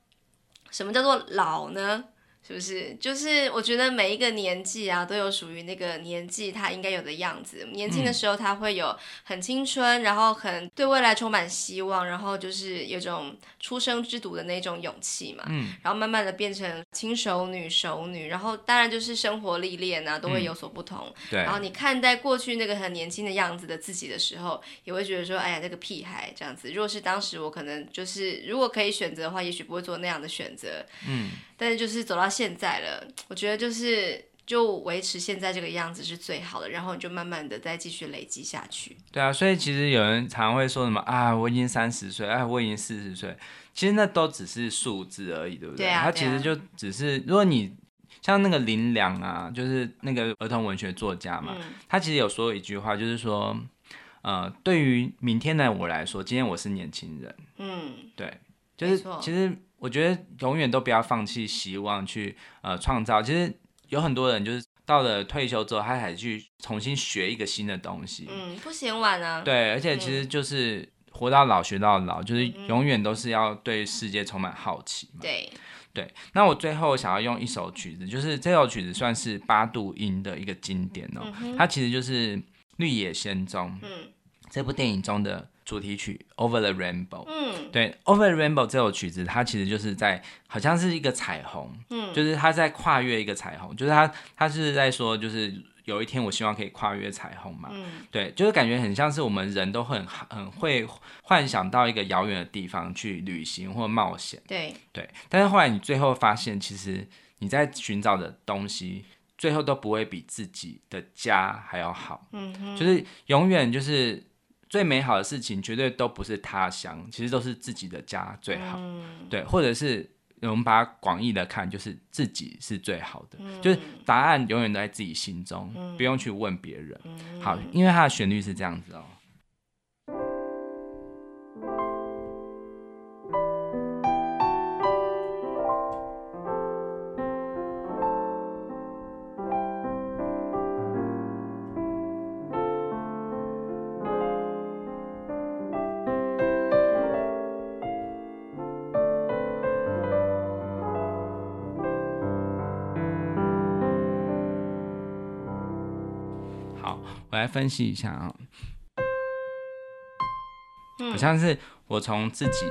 [SPEAKER 2] 什么叫做老呢？是不是？就是我觉得每一个年纪啊，都有属于那个年纪他应该有的样子。年
[SPEAKER 1] 嗯
[SPEAKER 2] 轻的时候他会有很青春，然后很对未来充满希望，然后就是有种出生之犊的那种勇气嘛。
[SPEAKER 1] 嗯，
[SPEAKER 2] 然后慢慢的变成轻熟女、熟女，然后当然就是生活历练啊，都
[SPEAKER 1] 嗯
[SPEAKER 2] 会有所不同。
[SPEAKER 1] 对
[SPEAKER 2] 然，后你看待过去那个很年轻的样子的自己的时候，也会觉得说，哎呀，那个屁孩这样子。如果是当时我可能就是，如果可以选择的话，也许不会做那样的选择。
[SPEAKER 1] 嗯，
[SPEAKER 2] 但是就是走到现在了，我觉得就是就维持现在这个样子是最好的，然后你就慢慢的再继续累积下去。
[SPEAKER 1] 对啊，所以其实有人常会说什么啊，我已经三十岁，啊，我已经四十岁，其实那都只是数字而已，对不
[SPEAKER 2] 对啊
[SPEAKER 1] 它
[SPEAKER 2] 对
[SPEAKER 1] 其
[SPEAKER 2] 啊
[SPEAKER 1] 实就只是，如果你像那个林良啊，就是那个儿童文学作家嘛，
[SPEAKER 2] 嗯，
[SPEAKER 1] 他其实有说一句话，就是说，呃，对于明天的我来说，今天我是年轻人，
[SPEAKER 2] 嗯，
[SPEAKER 1] 对，就
[SPEAKER 2] 没
[SPEAKER 1] 是
[SPEAKER 2] 错
[SPEAKER 1] 其实我觉得永远都不要放弃希望去呃创造。其实有很多人就是到了退休之后，他还去重新学一个新的东西，
[SPEAKER 2] 嗯，不嫌晚啊。
[SPEAKER 1] 对，而且其实就是活到老学到老，就是
[SPEAKER 2] 嗯
[SPEAKER 1] 永远都是要对世界充满好奇嘛。
[SPEAKER 2] 对，
[SPEAKER 1] 对，那我最后想要用一首曲子，就是这首曲子算是八度音的一个经典哦，它其实就是《绿野仙踪》
[SPEAKER 2] 嗯
[SPEAKER 1] 这部电影中的主题曲《Over the Rainbow》。
[SPEAKER 2] 嗯
[SPEAKER 1] 对，《Over the Rainbow》这首曲子，它其实就是在好像是一个彩虹，
[SPEAKER 2] 嗯，
[SPEAKER 1] 就是他在跨越一个彩虹，就是他他是在说，就是有一天我希望可以跨越彩虹嘛，
[SPEAKER 2] 嗯
[SPEAKER 1] 对，就是感觉很像是我们人都很很会幻想到一个遥远的地方去旅行或冒险，
[SPEAKER 2] 对，
[SPEAKER 1] 对，但是后来你最后发现，其实你在寻找的东西，最后都不会比自己的家还要好，
[SPEAKER 2] 嗯哼，
[SPEAKER 1] 就是永远就是。最美好的事情绝对都不是他乡，其实都是自己的家最好。
[SPEAKER 2] 嗯
[SPEAKER 1] 对，或者是我们把它广义的看，就是自己是最好的，
[SPEAKER 2] 嗯
[SPEAKER 1] 就是答案永远都在自己心中，
[SPEAKER 2] 嗯
[SPEAKER 1] 不用去问别人。
[SPEAKER 2] 嗯
[SPEAKER 1] 好，因为它的旋律是这样子哦。好，我来分析一下啊、
[SPEAKER 2] 嗯
[SPEAKER 1] 好像是我从自己，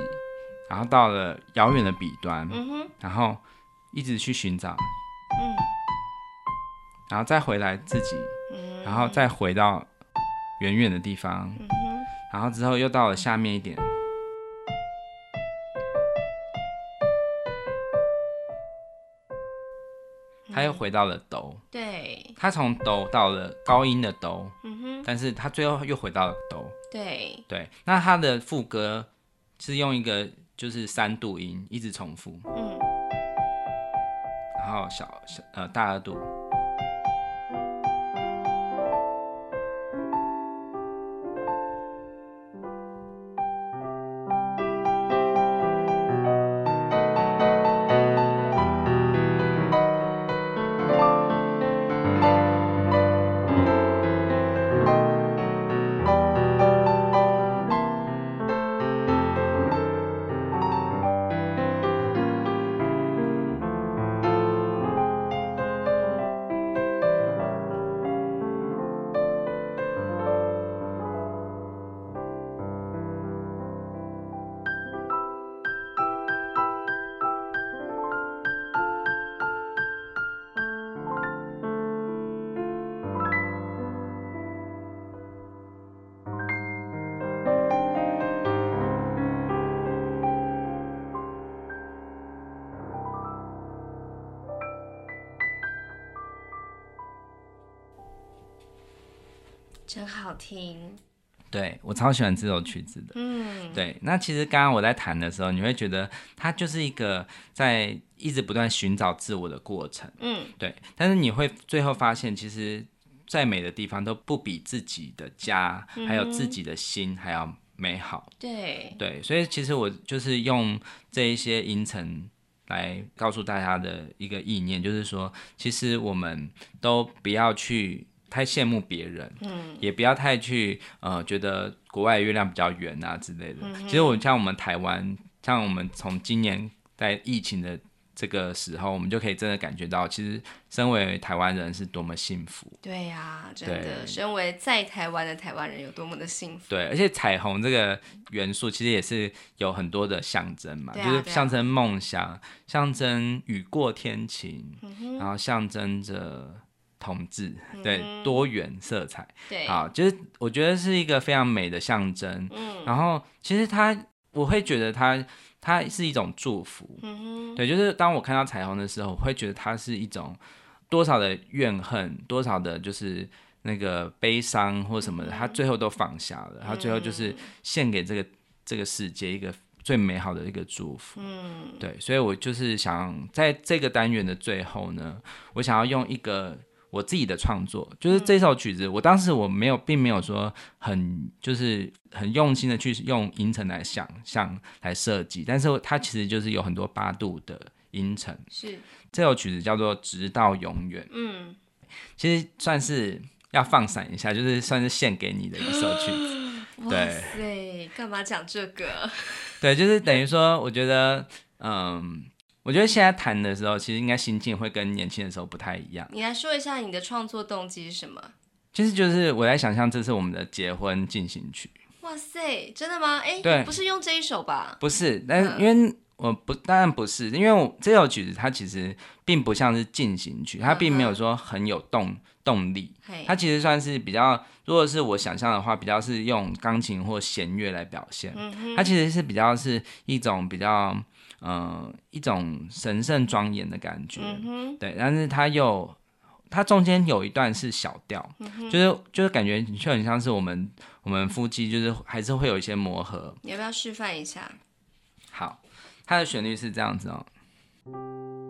[SPEAKER 1] 然后到了遥远的彼端，
[SPEAKER 2] 嗯哼
[SPEAKER 1] 然后一直去寻找，
[SPEAKER 2] 嗯
[SPEAKER 1] 然后再回来自己，
[SPEAKER 2] 嗯，
[SPEAKER 1] 然后再回到远远的地方，
[SPEAKER 2] 嗯哼
[SPEAKER 1] 然后之后又到了下面一点，
[SPEAKER 2] 嗯
[SPEAKER 1] 他又回到了哆，
[SPEAKER 2] 对，
[SPEAKER 1] 他从哆到了高音的哆，
[SPEAKER 2] 嗯哼
[SPEAKER 1] 但是他最后又回到了哆。
[SPEAKER 2] 对。
[SPEAKER 1] 对，那他的副歌是用一个就是三度音一直重复，
[SPEAKER 2] 嗯
[SPEAKER 1] 然后小小呃大二度，
[SPEAKER 2] 真好听，
[SPEAKER 1] 对我超喜欢这首曲子的。
[SPEAKER 2] 嗯，
[SPEAKER 1] 对，那其实刚刚我在弹的时候，你会觉得它就是一个在一直不断寻找自我的过程。
[SPEAKER 2] 嗯，
[SPEAKER 1] 对，但是你会最后发现，其实再美的地方都不比自己的家，还有自己的心还要美好。
[SPEAKER 2] 对，
[SPEAKER 1] 对，所以其实我就是用这一些音程来告诉大家的一个意念，就是说，其实我们都不要去太羡慕别人，
[SPEAKER 2] 嗯，
[SPEAKER 1] 也不要太去呃觉得国外的月亮比较圆啊之类的。其实我像我们台湾，像我们从今年在疫情的。这个时候，我们就可以真的感觉到，其实身为台湾人是多么幸福。
[SPEAKER 2] 对呀、真的，
[SPEAKER 1] 对
[SPEAKER 2] 身为在台湾的台湾人有多么的幸福。
[SPEAKER 1] 对，而且彩虹这个元素其实也是有很多的象征嘛，
[SPEAKER 2] 对啊
[SPEAKER 1] 就
[SPEAKER 2] 对
[SPEAKER 1] 是
[SPEAKER 2] 啊
[SPEAKER 1] 象征梦想，象征雨过天晴，
[SPEAKER 2] 嗯
[SPEAKER 1] 然后象征着同志，对，多元色彩。
[SPEAKER 2] 对，
[SPEAKER 1] 好，就是我觉得是一个非常美的象征。
[SPEAKER 2] 嗯
[SPEAKER 1] 然后其实它，我会觉得它，它是一种祝福。
[SPEAKER 2] 嗯哼，
[SPEAKER 1] 对，就是当我看到彩虹的时候，我会觉得它是一种多少的怨恨，多少的就是那个悲伤或什么的，它最后都放下了，它最后
[SPEAKER 2] 嗯
[SPEAKER 1] 就是献给这个这个世界一个最美好的一个祝福。
[SPEAKER 2] 嗯，
[SPEAKER 1] 对，所以我就是想在这个单元的最后呢，我想要用一个我自己的创作，就是这首曲子，我当时我没有，并没有说很就是很用心的去用音程来想象来设计，但是它其实就是有很多八度的音程。
[SPEAKER 2] 是，
[SPEAKER 1] 这首曲子叫做《直到永远》，
[SPEAKER 2] 嗯，
[SPEAKER 1] 其实算是要放闪一下，就是算是献给你的一首曲子。
[SPEAKER 2] 哇塞，干嘛讲这个？
[SPEAKER 1] 对，就是等于说，我觉得，嗯，我觉得现在弹的时候，其实应该心境会跟年轻的时候不太一样。
[SPEAKER 2] 你来说一下你的创作动机是什么？
[SPEAKER 1] 其实就是我在想象，这是我们的结婚进行曲，
[SPEAKER 2] 哇塞，真的吗？哎，
[SPEAKER 1] 对
[SPEAKER 2] 你不是用这一首吧？
[SPEAKER 1] 不是？但
[SPEAKER 2] 嗯
[SPEAKER 1] 是因为我不，当然不是，因为我这首曲子它其实并不像是进行曲，它并没
[SPEAKER 2] 嗯
[SPEAKER 1] 有说很有动动力，
[SPEAKER 2] 嘿，
[SPEAKER 1] 它其实算是比较，如果是我想象的话，比较是用钢琴或弦乐来表现。
[SPEAKER 2] 嗯哼，
[SPEAKER 1] 它其实是比较是一种比较，呃，一种神圣庄严的感觉。
[SPEAKER 2] 嗯哼，
[SPEAKER 1] 对，但是它又它中间有一段是小调，
[SPEAKER 2] 嗯
[SPEAKER 1] 就是就是感觉就很像是我们我们夫妻就是还是会有一些磨合。
[SPEAKER 2] 你要不要示范一下？
[SPEAKER 1] 好，它的旋律是这样子哦。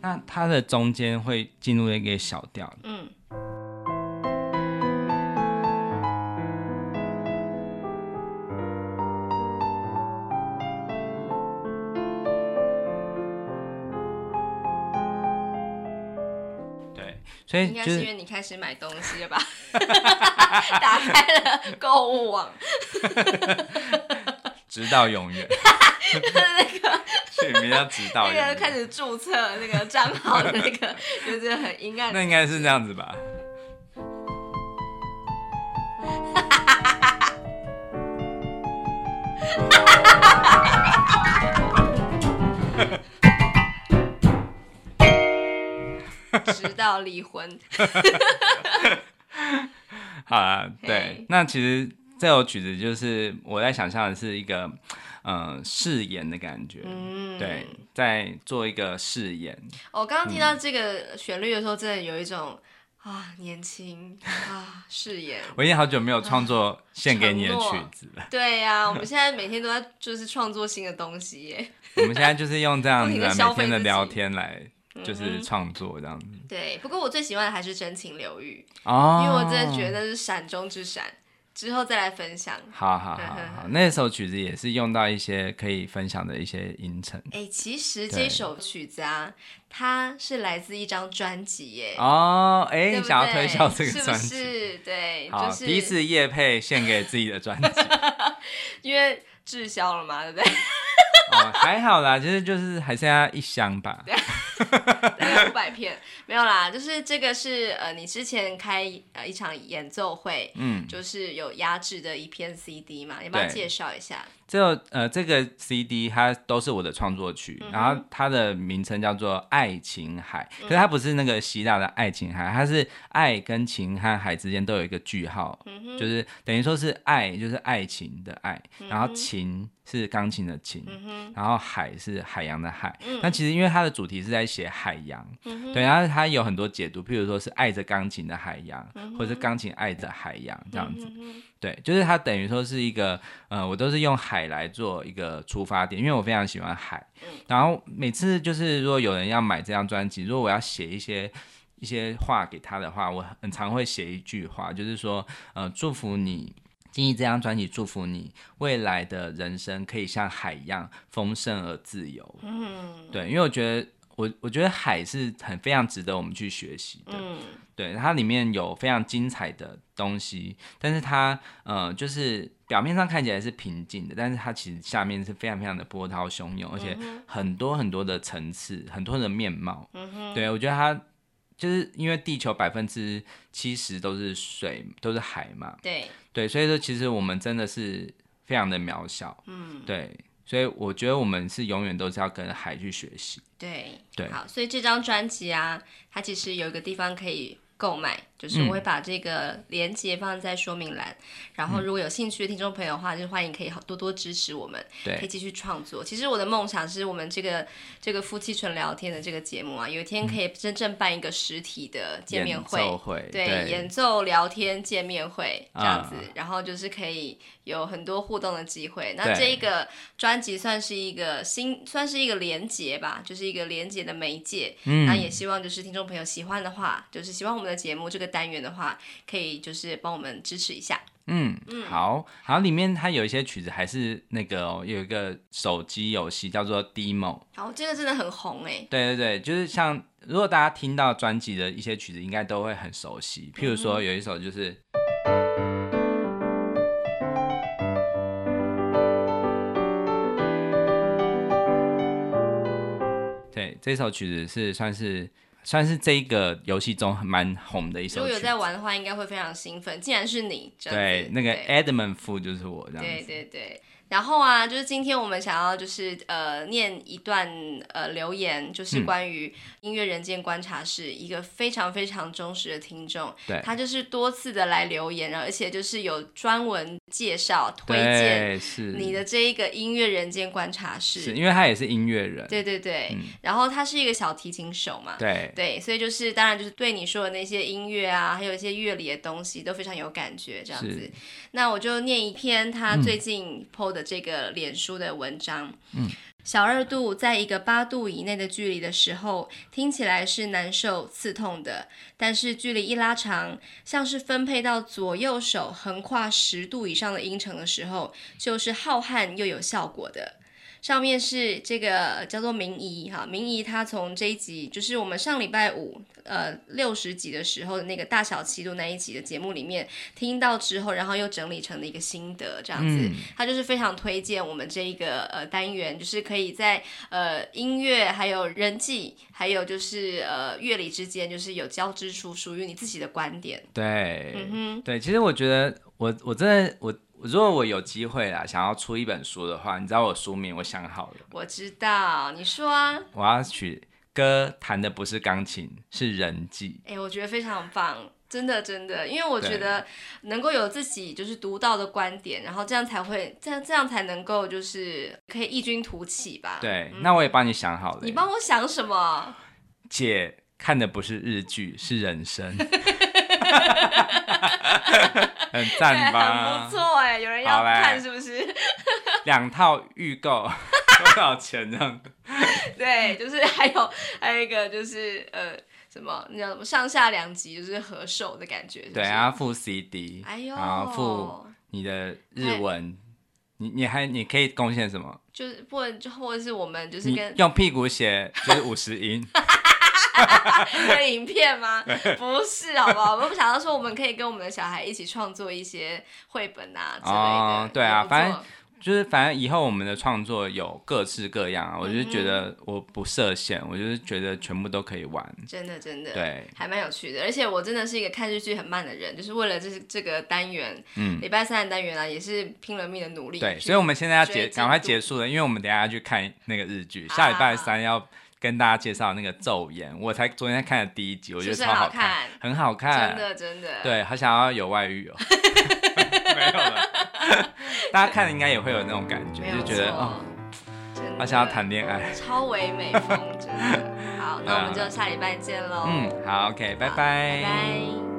[SPEAKER 1] 那它的中间会进入一个小调，
[SPEAKER 2] 嗯，
[SPEAKER 1] 对，所以
[SPEAKER 2] 应该
[SPEAKER 1] 就是
[SPEAKER 2] 因为你开始买东西了吧？ <laughs> 打开了购物
[SPEAKER 1] <laughs>
[SPEAKER 2] 网，
[SPEAKER 1] 直到永
[SPEAKER 2] <laughs>
[SPEAKER 1] 远。 <laughs> 那个取名叫直到
[SPEAKER 2] 那
[SPEAKER 1] 永
[SPEAKER 2] 个开
[SPEAKER 1] 远，
[SPEAKER 2] 始注册那个账号的那个，就是很阴暗
[SPEAKER 1] 那应该是这样子吧？
[SPEAKER 2] 直到离婚。
[SPEAKER 1] 好啦，对
[SPEAKER 2] 嘿，
[SPEAKER 1] 那其实这首曲子就是我在想象的是一个呃誓言的感觉，<laughs>
[SPEAKER 2] 嗯，
[SPEAKER 1] 对，在做一个誓言，
[SPEAKER 2] 我刚刚听到这个旋律的时候，真的有一种啊年轻啊誓言。 <laughs>
[SPEAKER 1] 我已经好久没有创作献给你的
[SPEAKER 2] 承诺
[SPEAKER 1] 曲子了。
[SPEAKER 2] 对呀、我们现在每天都在就是创作新的东西耶。 <laughs>
[SPEAKER 1] 我们现在就是用这样
[SPEAKER 2] 不
[SPEAKER 1] 子
[SPEAKER 2] <laughs> 停地
[SPEAKER 1] 啊
[SPEAKER 2] 消
[SPEAKER 1] 每
[SPEAKER 2] 费
[SPEAKER 1] 天的
[SPEAKER 2] 自己
[SPEAKER 1] 聊天来，就是
[SPEAKER 2] 嗯
[SPEAKER 1] 创作这样子。
[SPEAKER 2] 对，不过我最喜欢的还是真情流域，
[SPEAKER 1] 哦，
[SPEAKER 2] 因为我真的觉得是闪中之闪，之后再来分享。
[SPEAKER 1] 好好好好，那首曲子也是用到一些可以分享的一些音程。
[SPEAKER 2] 哎、其实这首曲子啊，它是来自一张专辑耶。
[SPEAKER 1] 哦，哎、
[SPEAKER 2] 对不对
[SPEAKER 1] 想要推销这个专辑，
[SPEAKER 2] 是不是？对，
[SPEAKER 1] 好，
[SPEAKER 2] 就是
[SPEAKER 1] 第一次夜配献给自己的专辑，
[SPEAKER 2] 因为滞销了嘛，对不对？ <laughs>
[SPEAKER 1] 哦，还好啦，其实就是还剩下一箱吧。
[SPEAKER 2] 大概五百片，没有啦，就是这个是呃，你之前开呃一场演奏会，
[SPEAKER 1] 嗯，
[SPEAKER 2] 就是有压制的一片 CD 嘛，你帮
[SPEAKER 1] 对
[SPEAKER 2] 介绍一下。
[SPEAKER 1] 这呃，这个 CD 它都是我的创作曲，然后它的名称叫做《爱琴海》，可是它不是那个希腊的爱琴海，它是爱跟琴和海之间都有一个句号，就是等于说是爱就是爱情的爱，然后琴是钢琴的琴，然后海是海洋的海。那其实因为它的主题是在写海洋，对，然后它有很多解读，譬如说是爱着钢琴的海洋，或者是钢琴爱着海洋这样子。
[SPEAKER 2] 嗯
[SPEAKER 1] 对，就是它等于说是一个，呃，我都是用海来做一个出发点，因为我非常喜欢海。然后每次就是如果有人要买这张专辑，如果我要写一些一些话给他的话，我很常会写一句话，就是说，呃，祝福你。建议这张专辑祝福你未来的人生可以像海一样丰盛而自由。
[SPEAKER 2] 嗯
[SPEAKER 1] 对，因为我觉得我我觉得海是很非常值得我们去学习的。
[SPEAKER 2] 嗯，
[SPEAKER 1] 对，它里面有非常精彩的东西，但是它呃，就是表面上看起来是平静的，但是它其实下面是非常非常的波涛汹涌，而且
[SPEAKER 2] 嗯
[SPEAKER 1] 很多很多的层次，很多的面貌。
[SPEAKER 2] 嗯
[SPEAKER 1] 对，我觉得它就是因为地球百分之七十都是水，都是海嘛，
[SPEAKER 2] 对，
[SPEAKER 1] 对，所以说其实我们真的是非常的渺小。嗯，对，所以我觉得我们是永远都是要跟海去学习。
[SPEAKER 2] 对，
[SPEAKER 1] 对
[SPEAKER 2] 好，所以这张专辑啊，它其实有一个地方可以购买，就是
[SPEAKER 1] 嗯
[SPEAKER 2] 我会把这个链接放在说明栏。然
[SPEAKER 1] 嗯
[SPEAKER 2] 后，如果有兴趣的听众朋友的话，就欢迎可以多多支持我们，可以
[SPEAKER 1] 对，
[SPEAKER 2] 继续创作。其实我的梦想是我们这个这个夫妻纯聊天的这个节目啊，有一天可以真正办一个实体的见
[SPEAKER 1] 嗯
[SPEAKER 2] 面
[SPEAKER 1] 演
[SPEAKER 2] 会。
[SPEAKER 1] 奏会，
[SPEAKER 2] 对，演奏、聊天、见面会这样子，
[SPEAKER 1] 啊
[SPEAKER 2] 然后就是可以有很多互动的机会。那
[SPEAKER 1] 对
[SPEAKER 2] 这一个专辑算是一个新，算是一个连接吧，就是一个连接的媒介。
[SPEAKER 1] 嗯
[SPEAKER 2] 那也希望就是听众朋友喜欢的话，就是喜欢我们的节目这个单元的话，可以就是帮我们支持一下。
[SPEAKER 1] 嗯，好，好，里面它有一些曲子还是那个、哦、有一个手机游戏叫做 Demo，
[SPEAKER 2] 然后这个真的很红哎、
[SPEAKER 1] 对对对，就是像如果大家听到专辑的一些曲子，应该都会很熟悉，譬如
[SPEAKER 2] 嗯
[SPEAKER 1] 说有一首就是。对，这首曲子是算是算是这一个游戏中蛮红的一
[SPEAKER 2] 如
[SPEAKER 1] 首
[SPEAKER 2] 果
[SPEAKER 1] 曲
[SPEAKER 2] 有
[SPEAKER 1] 子。
[SPEAKER 2] 在玩的话，应该会非常兴奋。竟然是你，这样
[SPEAKER 1] 对
[SPEAKER 2] 子，
[SPEAKER 1] 那个
[SPEAKER 2] 对
[SPEAKER 1] Edmund Fu 就是我这样子。
[SPEAKER 2] 对对对。然后啊，就是今天我们想要就是呃念一段呃留言，就是
[SPEAKER 1] 嗯
[SPEAKER 2] 关于音乐人间观察室、一个非常非常忠实的听众，
[SPEAKER 1] 对
[SPEAKER 2] 他就是多次的来留言，然后而且就是有专文介绍推荐
[SPEAKER 1] 对是
[SPEAKER 2] 你的这一个音乐人间观察
[SPEAKER 1] 是
[SPEAKER 2] 室，
[SPEAKER 1] 因为嗯他也是音乐人，
[SPEAKER 2] 对对对。然后他是一个小提琴手嘛，
[SPEAKER 1] 对
[SPEAKER 2] 对，所以就是当然就是对你说的那些音乐啊，还有一些乐理的东西都非常有感觉，这样子
[SPEAKER 1] 是。
[SPEAKER 2] 那我就念一篇他最近 PO 的这个脸书的文章。嗯。小二度在一个八度以内的距离的时候，听起来是难受刺痛的，但是距离一拉长，像是分配到左右手横跨十度以上的音程的时候，就是浩瀚又有效果的。上面是这个叫做明仪哈，明仪她从这一集就是我们上礼拜五呃六十集的时候的那个大小七度那一集的节目里面听到之后，然后又整理成了一个心得这样子
[SPEAKER 1] 嗯，
[SPEAKER 2] 她、就是非常推荐我们这一个呃单元，就是可以在呃音乐还有人际还有就是呃乐理之间就是有交织出属于你自己的观点，
[SPEAKER 1] 对、
[SPEAKER 2] 嗯
[SPEAKER 1] 对。其实我觉得我我真的我我如果我有机会啦，想要出一本书的话，你知道我书名我想好了，
[SPEAKER 2] 哼，我知道，你说啊，
[SPEAKER 1] 我要取歌弹的不是钢琴，是人际。
[SPEAKER 2] 哎、我觉得非常棒，真的真的，因为我觉得能够有自己就是独到的观点，然后这样才会，这样这样才能够就是可以异军突起吧。，
[SPEAKER 1] 对，那我也帮你想好了。
[SPEAKER 2] 嗯你帮我想什么？
[SPEAKER 1] 姐看的不是日剧，是人
[SPEAKER 2] <laughs>
[SPEAKER 1] 生。很赞
[SPEAKER 2] <laughs> 很
[SPEAKER 1] 吧
[SPEAKER 2] 不？错哎、有人要
[SPEAKER 1] 好嘞
[SPEAKER 2] 看是不是？ <laughs>
[SPEAKER 1] 两套预购多少钱这样？
[SPEAKER 2] <laughs> 对，就是还有还有一个就是呃。什么那叫什么上下两集就是合手的感觉。是不
[SPEAKER 1] 对，啊
[SPEAKER 2] 是
[SPEAKER 1] 然后附 CD，
[SPEAKER 2] 哎呦，
[SPEAKER 1] 然后附你的
[SPEAKER 2] 哎
[SPEAKER 1] 日文，你你还你可以贡献什么？
[SPEAKER 2] 就是不然就或者是我们就是
[SPEAKER 1] 你
[SPEAKER 2] 跟
[SPEAKER 1] 用屁股写就是五十音， <laughs>
[SPEAKER 2] 跟影片吗？不是，好不好？我想到说我们可以跟我们的小孩一起创作一些绘本啊之类的。
[SPEAKER 1] 哦对啊
[SPEAKER 2] 也不错
[SPEAKER 1] 反正就是反正以后我们的创作有各式各样啊，我就是觉
[SPEAKER 2] 嗯
[SPEAKER 1] 得我不设限，我就是觉得全部都可以玩。
[SPEAKER 2] 真的真的。
[SPEAKER 1] 对，
[SPEAKER 2] 还蛮有趣的，而且我真的是一个看日剧很慢的人，就是为了这这个单元，
[SPEAKER 1] 嗯，
[SPEAKER 2] 礼拜三的单元啊，也是拼了命的努力去。
[SPEAKER 1] 对，所以我们现在要
[SPEAKER 2] 追
[SPEAKER 1] 结
[SPEAKER 2] 进
[SPEAKER 1] 赶快
[SPEAKER 2] 度啊
[SPEAKER 1] 结束了，因为我们等一下要去看那个日剧，下礼拜三要跟大家介绍那个《咒言》，我才昨天看了第一集，我觉得
[SPEAKER 2] 是不
[SPEAKER 1] 超
[SPEAKER 2] 是很好
[SPEAKER 1] 看，
[SPEAKER 2] 看
[SPEAKER 1] 很好看，
[SPEAKER 2] 真的真的，
[SPEAKER 1] 对，好想要有外遇哦， <laughs> 没有
[SPEAKER 2] <laughs>
[SPEAKER 1] 了，大家看了应该也会有那种感觉
[SPEAKER 2] 没，有
[SPEAKER 1] 就觉得
[SPEAKER 2] 错
[SPEAKER 1] 哦，，
[SPEAKER 2] 真的
[SPEAKER 1] 好想要谈恋爱，
[SPEAKER 2] 超唯美风，真的。好，那我们就下礼拜见喽。
[SPEAKER 1] 嗯嗯，好，OK，拜
[SPEAKER 2] 好，拜拜。